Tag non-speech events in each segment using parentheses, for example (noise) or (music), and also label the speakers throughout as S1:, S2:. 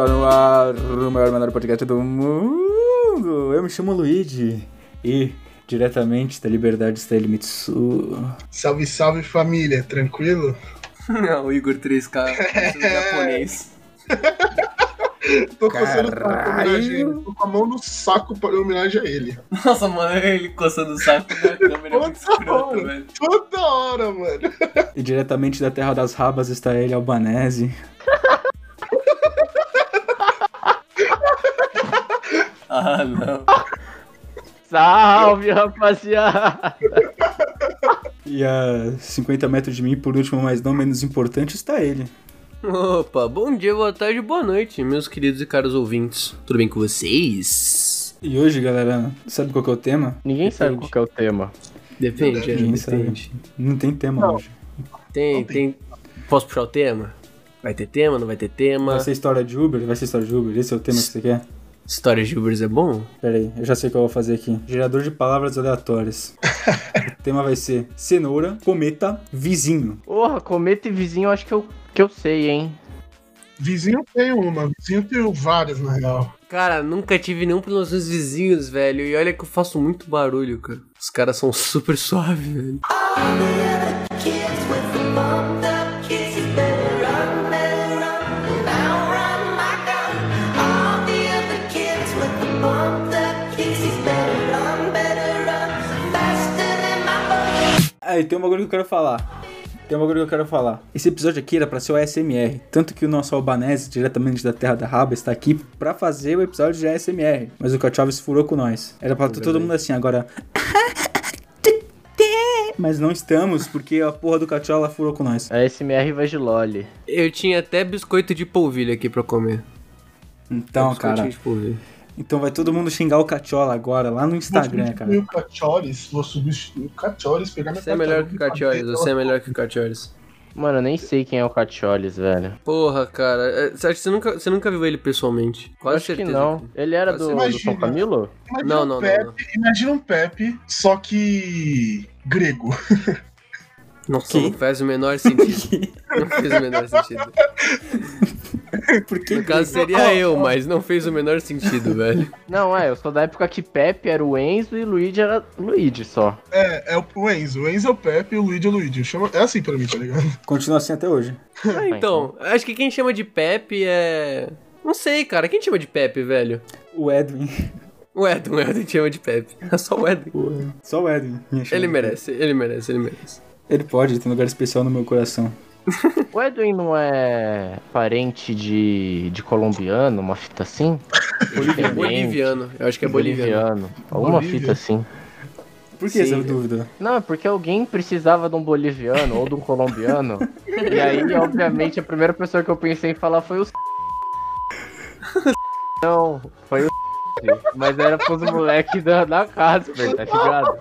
S1: ar o maior menor podcast do mundo. Eu me chamo Luigi e diretamente da Liberdade está ele
S2: (laughs)
S1: Mitsu.
S3: Salve, salve família, tranquilo?
S2: Não, É o Igor 3K
S1: É.
S2: japonês.
S3: Tô coçando pra homenagear ele, tô com a mão no saco pra homenagear ele.
S2: Nossa, mano, ele coçando o saco na câmera é muito
S3: Toda
S2: escroto,
S3: hora,
S2: velho.
S3: toda hora, mano.
S1: (laughs) E diretamente da Terra das Rabas está ele Albanese.
S2: Ah, não.
S4: Salve, rapaziada!
S1: E a 50 metros de mim, por último, mas não menos importante, está ele.
S2: Opa, bom dia, boa tarde, boa noite, meus queridos e caros ouvintes. Tudo bem com vocês?
S1: E hoje, galera, sabe qual que é o tema?
S4: Ninguém sabe
S1: Depende.
S4: qual que é o tema.
S2: Depende, é,
S1: Ninguém
S2: depende.
S1: Não tem tema hoje.
S2: Tem, tem. Posso puxar o tema? Vai ter tema, não vai ter tema?
S1: Vai ser história de Uber? Vai ser história de Uber? Esse é o tema que você quer?
S2: História de Ubers é bom?
S1: Pera aí, eu já sei o que eu vou fazer aqui. Gerador de palavras aleatórias. o tema vai ser cenoura, cometa, vizinho.
S4: Porra, cometa e vizinho eu acho que eu, que eu sei, hein?
S3: Vizinho tem uma, vizinho tem várias, na real.
S2: Cara, nunca tive nenhum pros nossos vizinhos, velho. E olha que eu faço muito barulho, cara. Os caras são super (laughs) suaves, velho.
S5: Kids with the bump up kids, you better run, better run, now run my gun. All the other kids with the bump up kids, you better run, better run, faster than my bullets.
S1: Aí, tem um bagulho que eu quero falar. Tem um bagulho que eu quero falar. Esse episódio aqui era pra ser o ASMR. Tanto que o nosso albanese, diretamente da Terra da Raba, está aqui pra fazer o episódio de ASMR. Mas o Kachovis furou com nós. Era pra ter todo mundo assim, agora... (laughs) Mas não estamos, porque a porra do Cachola furou com nós.
S4: É A SMR vai de Loli.
S2: Eu tinha até biscoito de polvilho aqui pra comer.
S1: Então,
S2: Biscoitinho
S1: cara...
S2: de polvilho.
S1: Então vai todo mundo xingar o Cachola agora, lá no Instagram, cara.
S3: Vou substituir o Cachores, vou substituir o Cachores, pegar minha
S2: Você é melhor que o Cachores,
S3: fazer
S2: você é melhor que o Cachores.
S4: Mano, eu nem sei quem é o Cacholis, velho.
S2: Porra, cara, é, você acha que você nunca, você nunca viu ele pessoalmente? Quase
S4: acho que
S2: certeza.
S4: não. Ele era
S2: Quase
S4: do,
S3: certeza.
S4: do São Camilo?
S3: Imagina
S2: Não,
S3: um
S2: não, não,
S3: Pepe,
S2: não.
S3: Imagina um Pepe, só que grego.
S2: Nossa, não faz o menor sentido. não fez o menor sentido.
S1: Por que
S2: No caso seria eu, mas não fez o menor sentido, velho.
S4: Não, é, eu sou da época que Pepe era o Enzo e Luigi era Luigi só.
S3: É, é o- o Enzo. O Enzo é o Pepe e o Luigi é o Luigi. Chama- É assim pra mim, tá ligado? (laughs)
S1: Continua assim até hoje.
S2: Ah, então, acho que quem chama de Pepe é. Não sei, cara. Quem chama de Pepe, velho?
S1: O Edwin. (laughs)
S2: O Edwin, (laughs) o Edwin chama de Pepe. É só o Edwin.
S1: Só o Edwin. me chama.
S2: Ele merece, ele merece, ele merece.
S1: Ele pode, ele tem um lugar especial no meu coração.
S4: O Edwin não é parente de, de colombiano, uma fita assim?
S2: É
S4: Boliviano.
S2: boliviano. Eu acho que é boliviano.
S4: Alguma
S3: Bolívia.
S4: fita assim.
S1: Por que
S2: Sim.
S1: essa dúvida?
S4: Não, é porque alguém precisava de um boliviano ou de um (laughs) colombiano. e aí, obviamente, a primeira pessoa que eu pensei em falar foi o. (laughs) Não, foi o. (laughs) Mas era pros moleques da, da casa, velho, tá ligado?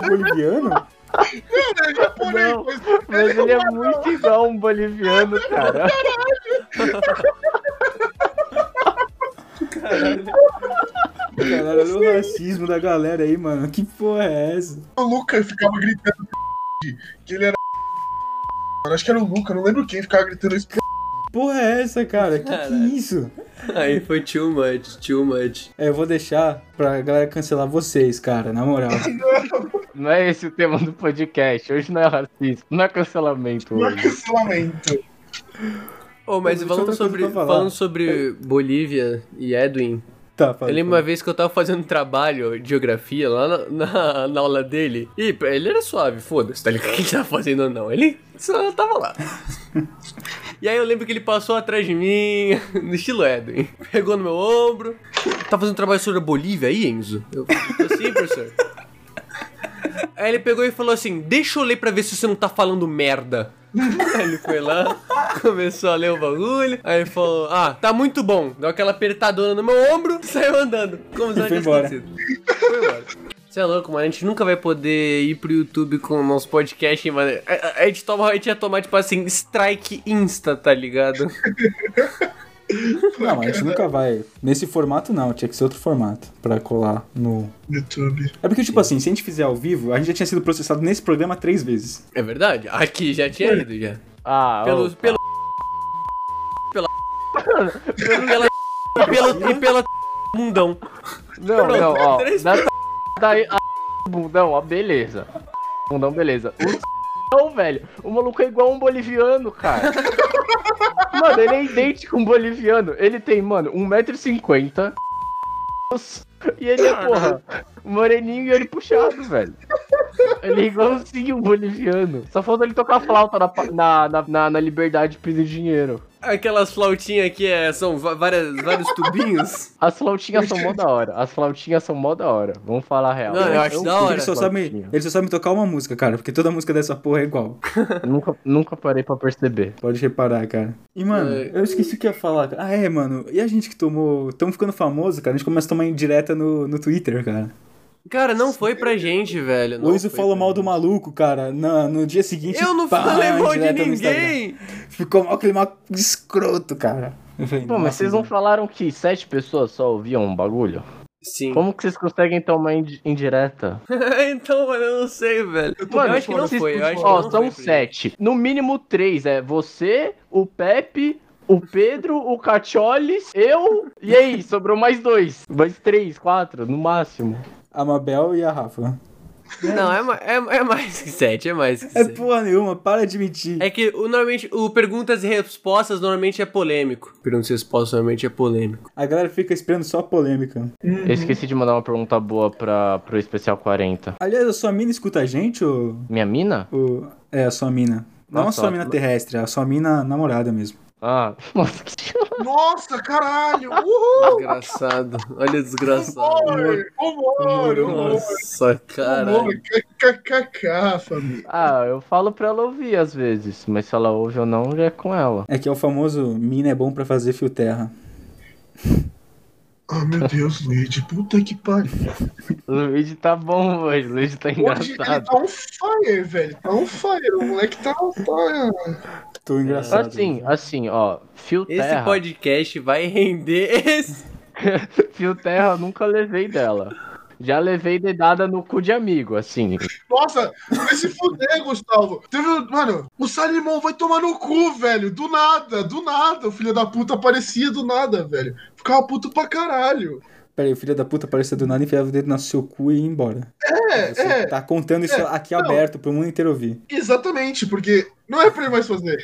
S1: Boliviano?
S3: é
S4: Não, mas ele é muito igual um boliviano, cara.
S1: Caralho, olha o racismo da galera aí, mano. Que porra é essa?
S3: O Luca ficava gritando que ele era. Mano, acho que era o Luca, não lembro quem ficava gritando isso.
S1: Porra é essa, cara? Que que é
S2: Caralho.
S1: isso?
S2: Aí foi too much, too much.
S1: É, eu vou deixar pra galera cancelar vocês, cara, na moral.
S4: Não é esse o tema do podcast. Hoje não é racismo, não é cancelamento
S3: Não é
S4: hoje.
S3: cancelamento.
S2: Oh, mas
S1: Deixa
S2: falando
S1: outra coisa
S2: sobre,
S1: pra falar.
S2: falando sobre Bolívia e Edwin,
S1: Tá, fala.
S2: eu lembro uma vez que eu tava fazendo um trabalho de geografia lá na, na- na aula dele. E pra- ele era suave, foda-se, tá ligado? (laughs) O que ele tava fazendo ou não? Ele só tava lá. E aí eu lembro que ele passou atrás de mim, (laughs) no estilo Edwin. Pegou no meu ombro. Tá fazendo trabalho sobre a Bolívia aí, Enzo? Eu tô assim, professor. Aí ele pegou e falou assim: Deixa eu ler pra ver se você não tá falando merda. Aí ele foi lá, começou a ler o bagulho. Aí ele falou: Ah, tá muito bom. Deu aquela apertadona no meu ombro e saiu andando. Como se
S1: E
S2: nada
S1: foi
S2: tivesse
S1: embora.
S2: acontecido. Foi embora. Você é louco, mano. A gente nunca vai poder ir pro YouTube com o nosso podcast, hein, mano. A, a- a gente toma, a gente ia tomar, tipo assim, strike insta, tá ligado?
S1: Não, a gente nunca vai. Nesse formato não, tinha que ser outro formato pra colar no.
S3: YouTube.
S1: É porque, tipo assim, se a gente fizer ao vivo, a gente já tinha sido processado nesse programa três vezes.
S2: É verdade? Aqui já tinha ido já.
S4: Ah,
S2: Pelo.
S4: ô,
S2: pelo... pela. pela. e pela. E pela. mundão.
S4: Não,
S2: Não,
S4: não, ó.
S2: três
S4: Da, (laughs) daí, a bundão, ó, beleza. Bundão, beleza. O não, velho, o maluco é igual um boliviano, cara. mano, ele é idêntico a um boliviano. Ele tem, mano, 1,50m. E ele é, porra, moreninho e ele puxado, velho. Ele é igualzinho um boliviano. Só falta ele tocar flauta na, pa- na, na, na, na liberdade pedir dinheiro.
S2: Aquelas flautinhas que é, são va- várias, vários tubinhos.
S4: As flautinhas são mó da hora. As flautinhas são mó da hora. Vamos falar a real.
S2: Não, eu acho da hora.
S4: curto
S1: Ele só, sabe,
S4: flautinha.
S1: ele só sabe tocar uma música, cara, porque toda música dessa porra é igual.
S4: Eu (laughs) Nunca, nunca parei pra perceber.
S1: Pode reparar, cara. E, mano,
S2: É.
S1: eu esqueci o que eu ia falar. cara. Ah, é, mano. E a gente que tomou. Tamo ficando famoso, cara. A gente começa a tomar indireta no, no Twitter, cara.
S2: Cara, não foi pra gente, velho. não
S1: o Iso
S2: foi
S1: falou
S2: pra
S1: mal
S2: gente.
S1: do maluco, cara. Na, no dia seguinte.
S2: Eu não
S1: pá,
S2: falei mal de
S1: indireta no Instagram.
S2: ninguém!
S1: Ficou mal clima de escroto, cara. Eu falei,
S4: Pô, mas
S1: nossa,
S4: vocês não
S1: mano.
S4: falaram que sete pessoas só ouviam um bagulho?
S2: Sim.
S4: Como que vocês conseguem tomar indi- indireta?
S2: (laughs) então, mano, eu não sei, velho. Eu, acho que não
S4: vocês-
S2: foi. Eu acho que
S4: Ó,
S2: não
S4: são
S2: foi pra gente.
S4: sete. No mínimo três, é você, o Pepe, o Pedro, o Cacholes, eu,
S2: (laughs)
S4: e aí, sobrou mais dois. Mais três, quatro, no máximo.
S1: A Mabel e a Rafa.
S2: Não, é, ma- é- é mais que sete, é mais que
S1: É
S2: sete.
S1: porra nenhuma, para de mentir.
S2: É que o- normalmente o perguntas e respostas normalmente é polêmico. Perguntas e respostas normalmente é polêmico.
S1: A galera fica esperando só polêmica.
S4: Eu esqueci de mandar uma pergunta boa pra, pro Especial 40.
S1: Aliás, a sua mina escuta a gente, ou.
S4: Minha mina?
S1: ou... É, a sua mina. Não
S4: Nossa,
S1: a sua mina
S4: ela-
S1: terrestre, é a sua mina namorada mesmo.
S4: Ah, (laughs) nossa, que...
S3: Nossa, caralho! Uhul!
S2: (laughs) Desgraçado. Olha o desgraçado.
S3: Humor! Humor! Humor!
S2: Nossa,
S3: Humor!
S2: caralho.
S3: KKKK, família.
S4: Ah, eu falo pra ela ouvir às vezes, mas se ela ouve ou não, já é com ela.
S1: É que é o famoso mina é bom pra fazer fio terra.
S3: Ah, meu Deus, Luigi, puta que pariu.
S4: O Luigi tá bom hoje, o Luigi tá
S3: Hoje ele
S4: engraçado.
S3: tá on fire, velho. Tá on fire. O moleque tá on fire.
S1: Tô
S3: É.
S1: engraçado.
S4: Assim, assim, ó, Fio
S2: Esse
S4: Terra,
S2: podcast vai render (laughs) esse.
S4: (laughs) Fio Terra eu nunca levei dela. Já levei dedada no cu de amigo, assim.
S3: Nossa, vai se fuder, Gustavo. Teve, um- mano, o Salimão vai tomar no cu, velho. Do nada, do nada. O filho da puta aparecia do nada, velho. Ficava puto pra caralho.
S1: Pera aí, o filho da puta apareceu do nada, enfiava o dedo no seu cu e ia embora.
S3: É,
S1: Você
S3: é,
S1: tá contando isso
S3: é,
S1: aqui
S3: não.
S1: aberto pro mundo inteiro ouvir.
S3: exatamente, porque não é pra ele mais fazer.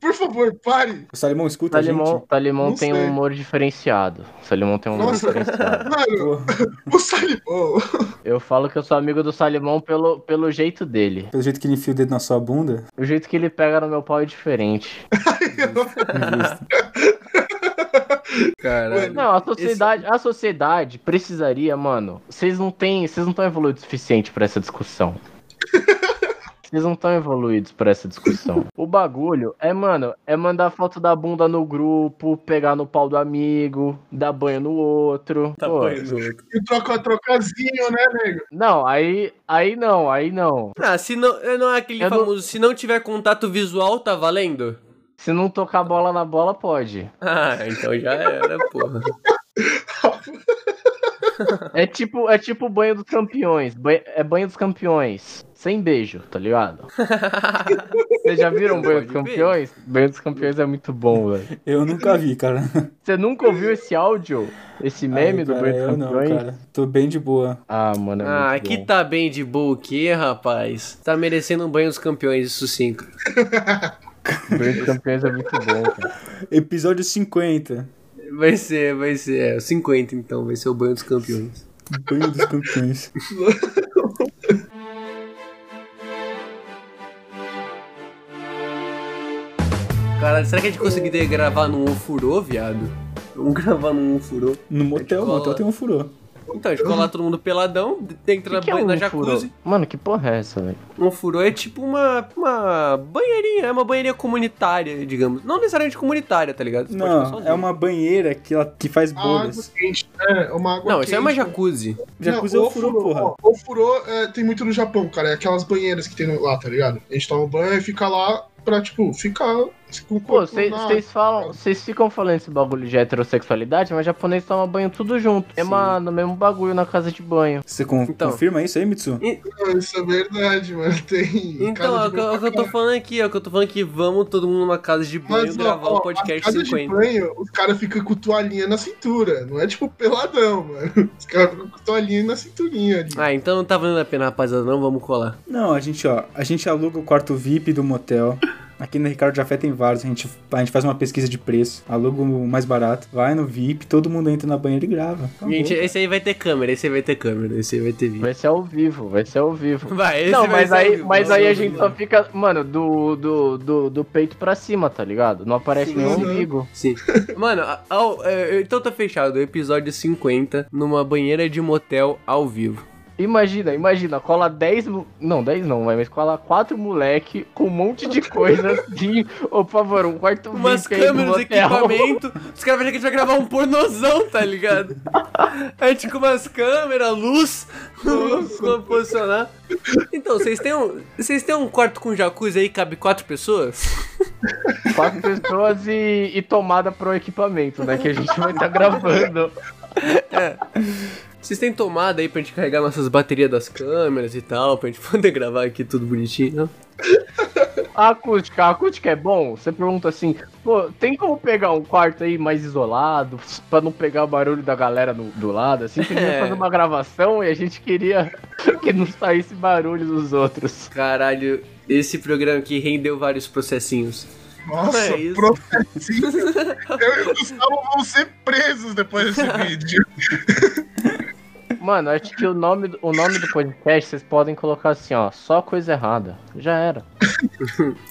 S3: Por favor, pare.
S1: O Salimão escuta a
S4: Salimão,
S1: gente.
S4: Salimão
S3: Não
S4: tem
S3: sei.
S4: um humor diferenciado. Salimão tem um humor
S3: Nossa.
S4: diferenciado.
S3: Mano,
S1: Porra,
S3: o Salimão. (laughs)
S4: Eu falo que eu sou amigo do Salimão pelo, pelo jeito dele.
S1: pelo jeito que ele enfia o dedo na sua bunda.
S4: O jeito que ele pega no meu pau é diferente.
S1: injusto.
S2: Caralho.
S4: Não, a sociedade, a sociedade precisaria, mano. Vocês não têm, vocês não estão evoluídos o suficiente pra
S2: (laughs)
S4: essa discussão. Vocês não estão evoluídos pra essa discussão. O bagulho é, mano, é mandar foto da bunda no grupo, pegar no pau do amigo, dar banho no outro.
S2: Tá
S4: Pô,
S2: banho.
S3: E troca trocazinho, né, nego?
S4: não, aí, aí não, aí não.
S2: Ah, se não, é, não é aquele
S4: Eu não-
S2: famoso, se não tiver contato visual, tá valendo? (laughs)
S4: Se não tocar a bola na bola, pode.
S2: Ah, então já era,
S4: (laughs)
S2: porra.
S4: É tipo, é tipo banho dos campeões. Banho- é banho dos campeões. Sem beijo, tá ligado? é Vocês já viram banho dos
S2: Pode ver.
S4: campeões? Banho dos campeões é muito bom, velho.
S1: Eu nunca vi, cara.
S4: Você nunca ouviu esse áudio? Esse meme
S1: Ai,
S4: do
S1: cara,
S4: banho dos
S1: eu não,
S4: campeões?
S1: cara. Tô bem de boa.
S4: ah, mano, é
S2: ah,
S4: muito
S2: aqui
S4: bom.
S2: tá bem de boa o quê, rapaz? Tá merecendo um banho dos campeões, isso sim. cara.
S4: Banho dos campeões é muito bom, cara.
S1: Episódio 50.
S2: Vai ser, vai ser. É, 50 então, vai ser o banho dos campeões.
S1: Banho dos campeões.
S2: Cara, será que a gente conseguiria gravar num ofurô, viado? Vamos (laughs) gravar num ofurô.
S1: No motel,
S2: Escola.
S1: motel tem um furô.
S2: Então, a gente colar todo mundo peladão, dentro
S4: O
S2: da
S4: que, que é
S2: banho- na
S4: um furo?
S2: jacuzzi.
S4: Mano, que porra é essa, velho?
S2: Um ofurô é tipo uma, uma banheirinha, é uma banheirinha comunitária, digamos. Não necessariamente comunitária, tá ligado? Você pode ficar
S1: Não,
S2: sozinho.
S1: é uma banheira que, ela, que faz
S3: A água
S1: bolhas.
S3: quente, né? É Uma água
S2: Não,
S3: quente.
S2: isso é uma jacuzzi.
S1: Jacuzzi é
S3: Não,
S1: um furô,
S3: ofurô,
S1: porra.
S3: ó, Ofurô é, tem muito no Japão, cara. É aquelas banheiras que tem lá, tá ligado? A gente toma banho e fica lá pra, tipo, ficar com o
S4: Pô,
S3: corpo
S4: vocês
S3: na-
S4: falam, vocês ficam falando esse bagulho de heterossexualidade, mas japonês toma banho tudo junto. É uma- no mesmo bagulho na casa de banho.
S1: Você con-
S2: Então.
S1: confirma isso aí, Mitsu?
S3: Não, Isso é verdade, mano. (laughs) Tem.
S2: Então, é o que- é o que eu tô falando aqui, é o que eu tô falando aqui. Vamos todo mundo numa casa de banho
S3: Mas, ó,
S2: gravar
S3: ó,
S2: o
S3: a
S2: podcast
S3: casa
S2: 50.
S3: de banho, os caras ficam com toalhinha na cintura. Não é tipo peladão, mano. (laughs) Os caras ficam com toalhinha na cinturinha ali.
S2: Ah, então não tá valendo a pena, rapaziada, não. Vamos colar.
S1: Não, a gente, ó, a gente aluga o quarto VIP do motel. Aqui no Ricardo Jafé tem vários, a gente, a gente faz uma pesquisa de preço, aluga o mais barato, vai no VIP, todo mundo entra na banheira e grava. Tá
S4: Tá
S1: Acabou.
S2: Gente, esse aí vai ter câmera, esse aí vai ter câmera, esse aí vai ter vídeo.
S4: Vai ser ao vivo, vai ser ao
S2: (laughs)
S4: vivo.
S2: Vai, esse
S4: não,
S2: vai
S4: mas
S2: ser
S4: aí,
S2: ao
S4: mas
S2: vivo.
S4: aí a gente tá- só fica, mano, do, do, do, do peito pra cima, tá ligado? Não aparece
S3: Sim,
S4: nenhum
S3: né?
S4: umbigo.
S2: Sim. Mano, a- ao- é, então tá fechado. Episódio 50, numa banheira de motel ao vivo.
S4: Imagina, imagina, cola 10. mo- Não, 10 não, vai, mas cola 4 moleque com um monte de
S2: (laughs)
S4: coisa assim. Ô, por favor, um quarto
S2: Umas
S4: VIP aí do
S2: câmeras,
S4: motel.
S2: equipamento. Os caras vão achar que a gente vai gravar um pornozão, tá ligado? A gente com umas câmeras, luz, (laughs) como funcionar. Então, vocês têm um. Vocês têm um quarto com jacuzzi aí, cabe quatro pessoas?
S4: (laughs) Quatro pessoas e, e tomada pro equipamento, né? Que a gente vai estar gravando.
S2: Vocês têm tomada aí pra gente carregar nossas baterias das câmeras e tal, pra gente (laughs) poder gravar aqui tudo bonitinho, não?
S4: A acústica, a acústica é bom? Você pergunta assim, pô, tem como pegar um quarto aí mais isolado, pra não pegar o barulho da galera no- do lado, assim?
S2: (laughs)
S4: Queria
S2: É.
S4: fazer uma gravação e a gente queria (laughs) que não saísse barulho dos outros.
S2: Caralho, esse programa aqui rendeu vários processinhos.
S3: Nossa,
S2: É isso. (laughs)
S3: processinho. Eu e o Gustavo vão ser presos depois
S2: (laughs)
S3: desse vídeo.
S4: Mano, acho que o nome, do- o nome do podcast vocês podem colocar assim, ó, só coisa errada. Já era.
S1: Boa.
S2: (laughs)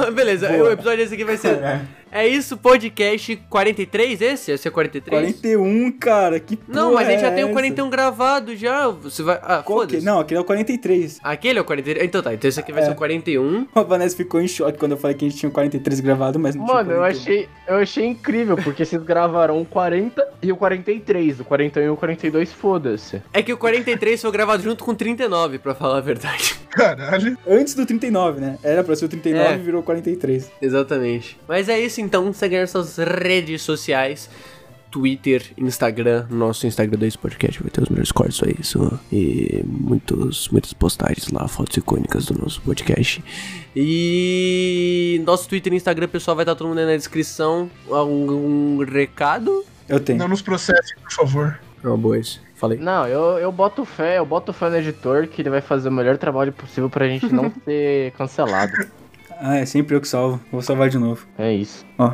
S2: Então, beleza,
S1: boa.
S2: o episódio desse aqui vai ser. (laughs)
S1: Caralho.
S2: É isso, podcast 43 esse? Esse é 43?
S1: 41, cara, que
S2: Não,
S1: porra
S2: mas a gente já
S1: é
S2: tem um o
S1: essa?
S2: 41 gravado já. Você vai. Ah,
S1: Qual que?
S2: foda-se.
S1: Não, aquele é o 43.
S2: Aquele é o 43. Então tá, então esse aqui vai
S1: É.
S2: ser o 41.
S1: A Vanessa ficou em choque quando eu falei que a gente tinha o 43 gravado, mas não
S4: Mano,
S1: tinha.
S4: eu
S1: 41.
S4: achei, eu achei incrível, porque vocês gravaram o 40 e o 43. O 41 e o 42, foda-se.
S2: É que o 43 foi gravado junto com o 39, pra falar a verdade. (laughs)
S3: Caralho.
S1: Antes do 39, né? Era pra ser o 39
S2: É.
S1: e virou 43.
S2: Exatamente. Mas é isso então, segue nas nossas redes sociais. Twitter, Instagram, nosso Instagram do podcast vai ter os melhores cortes, é isso. E muitos, muitas postagens lá, fotos icônicas do nosso podcast. E nosso Twitter e Instagram, pessoal, vai estar todo mundo aí na descrição. Algum recado?
S1: Eu tenho.
S3: Não nos processem, por favor.
S2: Não, boys. Falei.
S4: Não, eu, eu boto fé, eu boto fé no editor que ele vai fazer o melhor trabalho possível pra gente não ser cancelado.
S1: Ah, é sempre eu que salvo. Vou salvar de novo.
S4: É isso.
S1: Ó.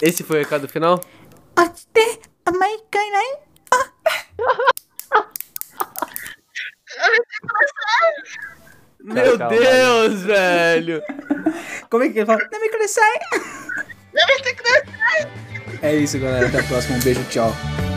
S2: Esse foi o recado final?
S5: 落ちて甘いかいない
S2: Meu
S4: calma,
S2: Deus, velho!
S1: Como é que ele fala? Não me crescer! Não me crescer! É isso, galera. Até a próxima. Um beijo, tchau.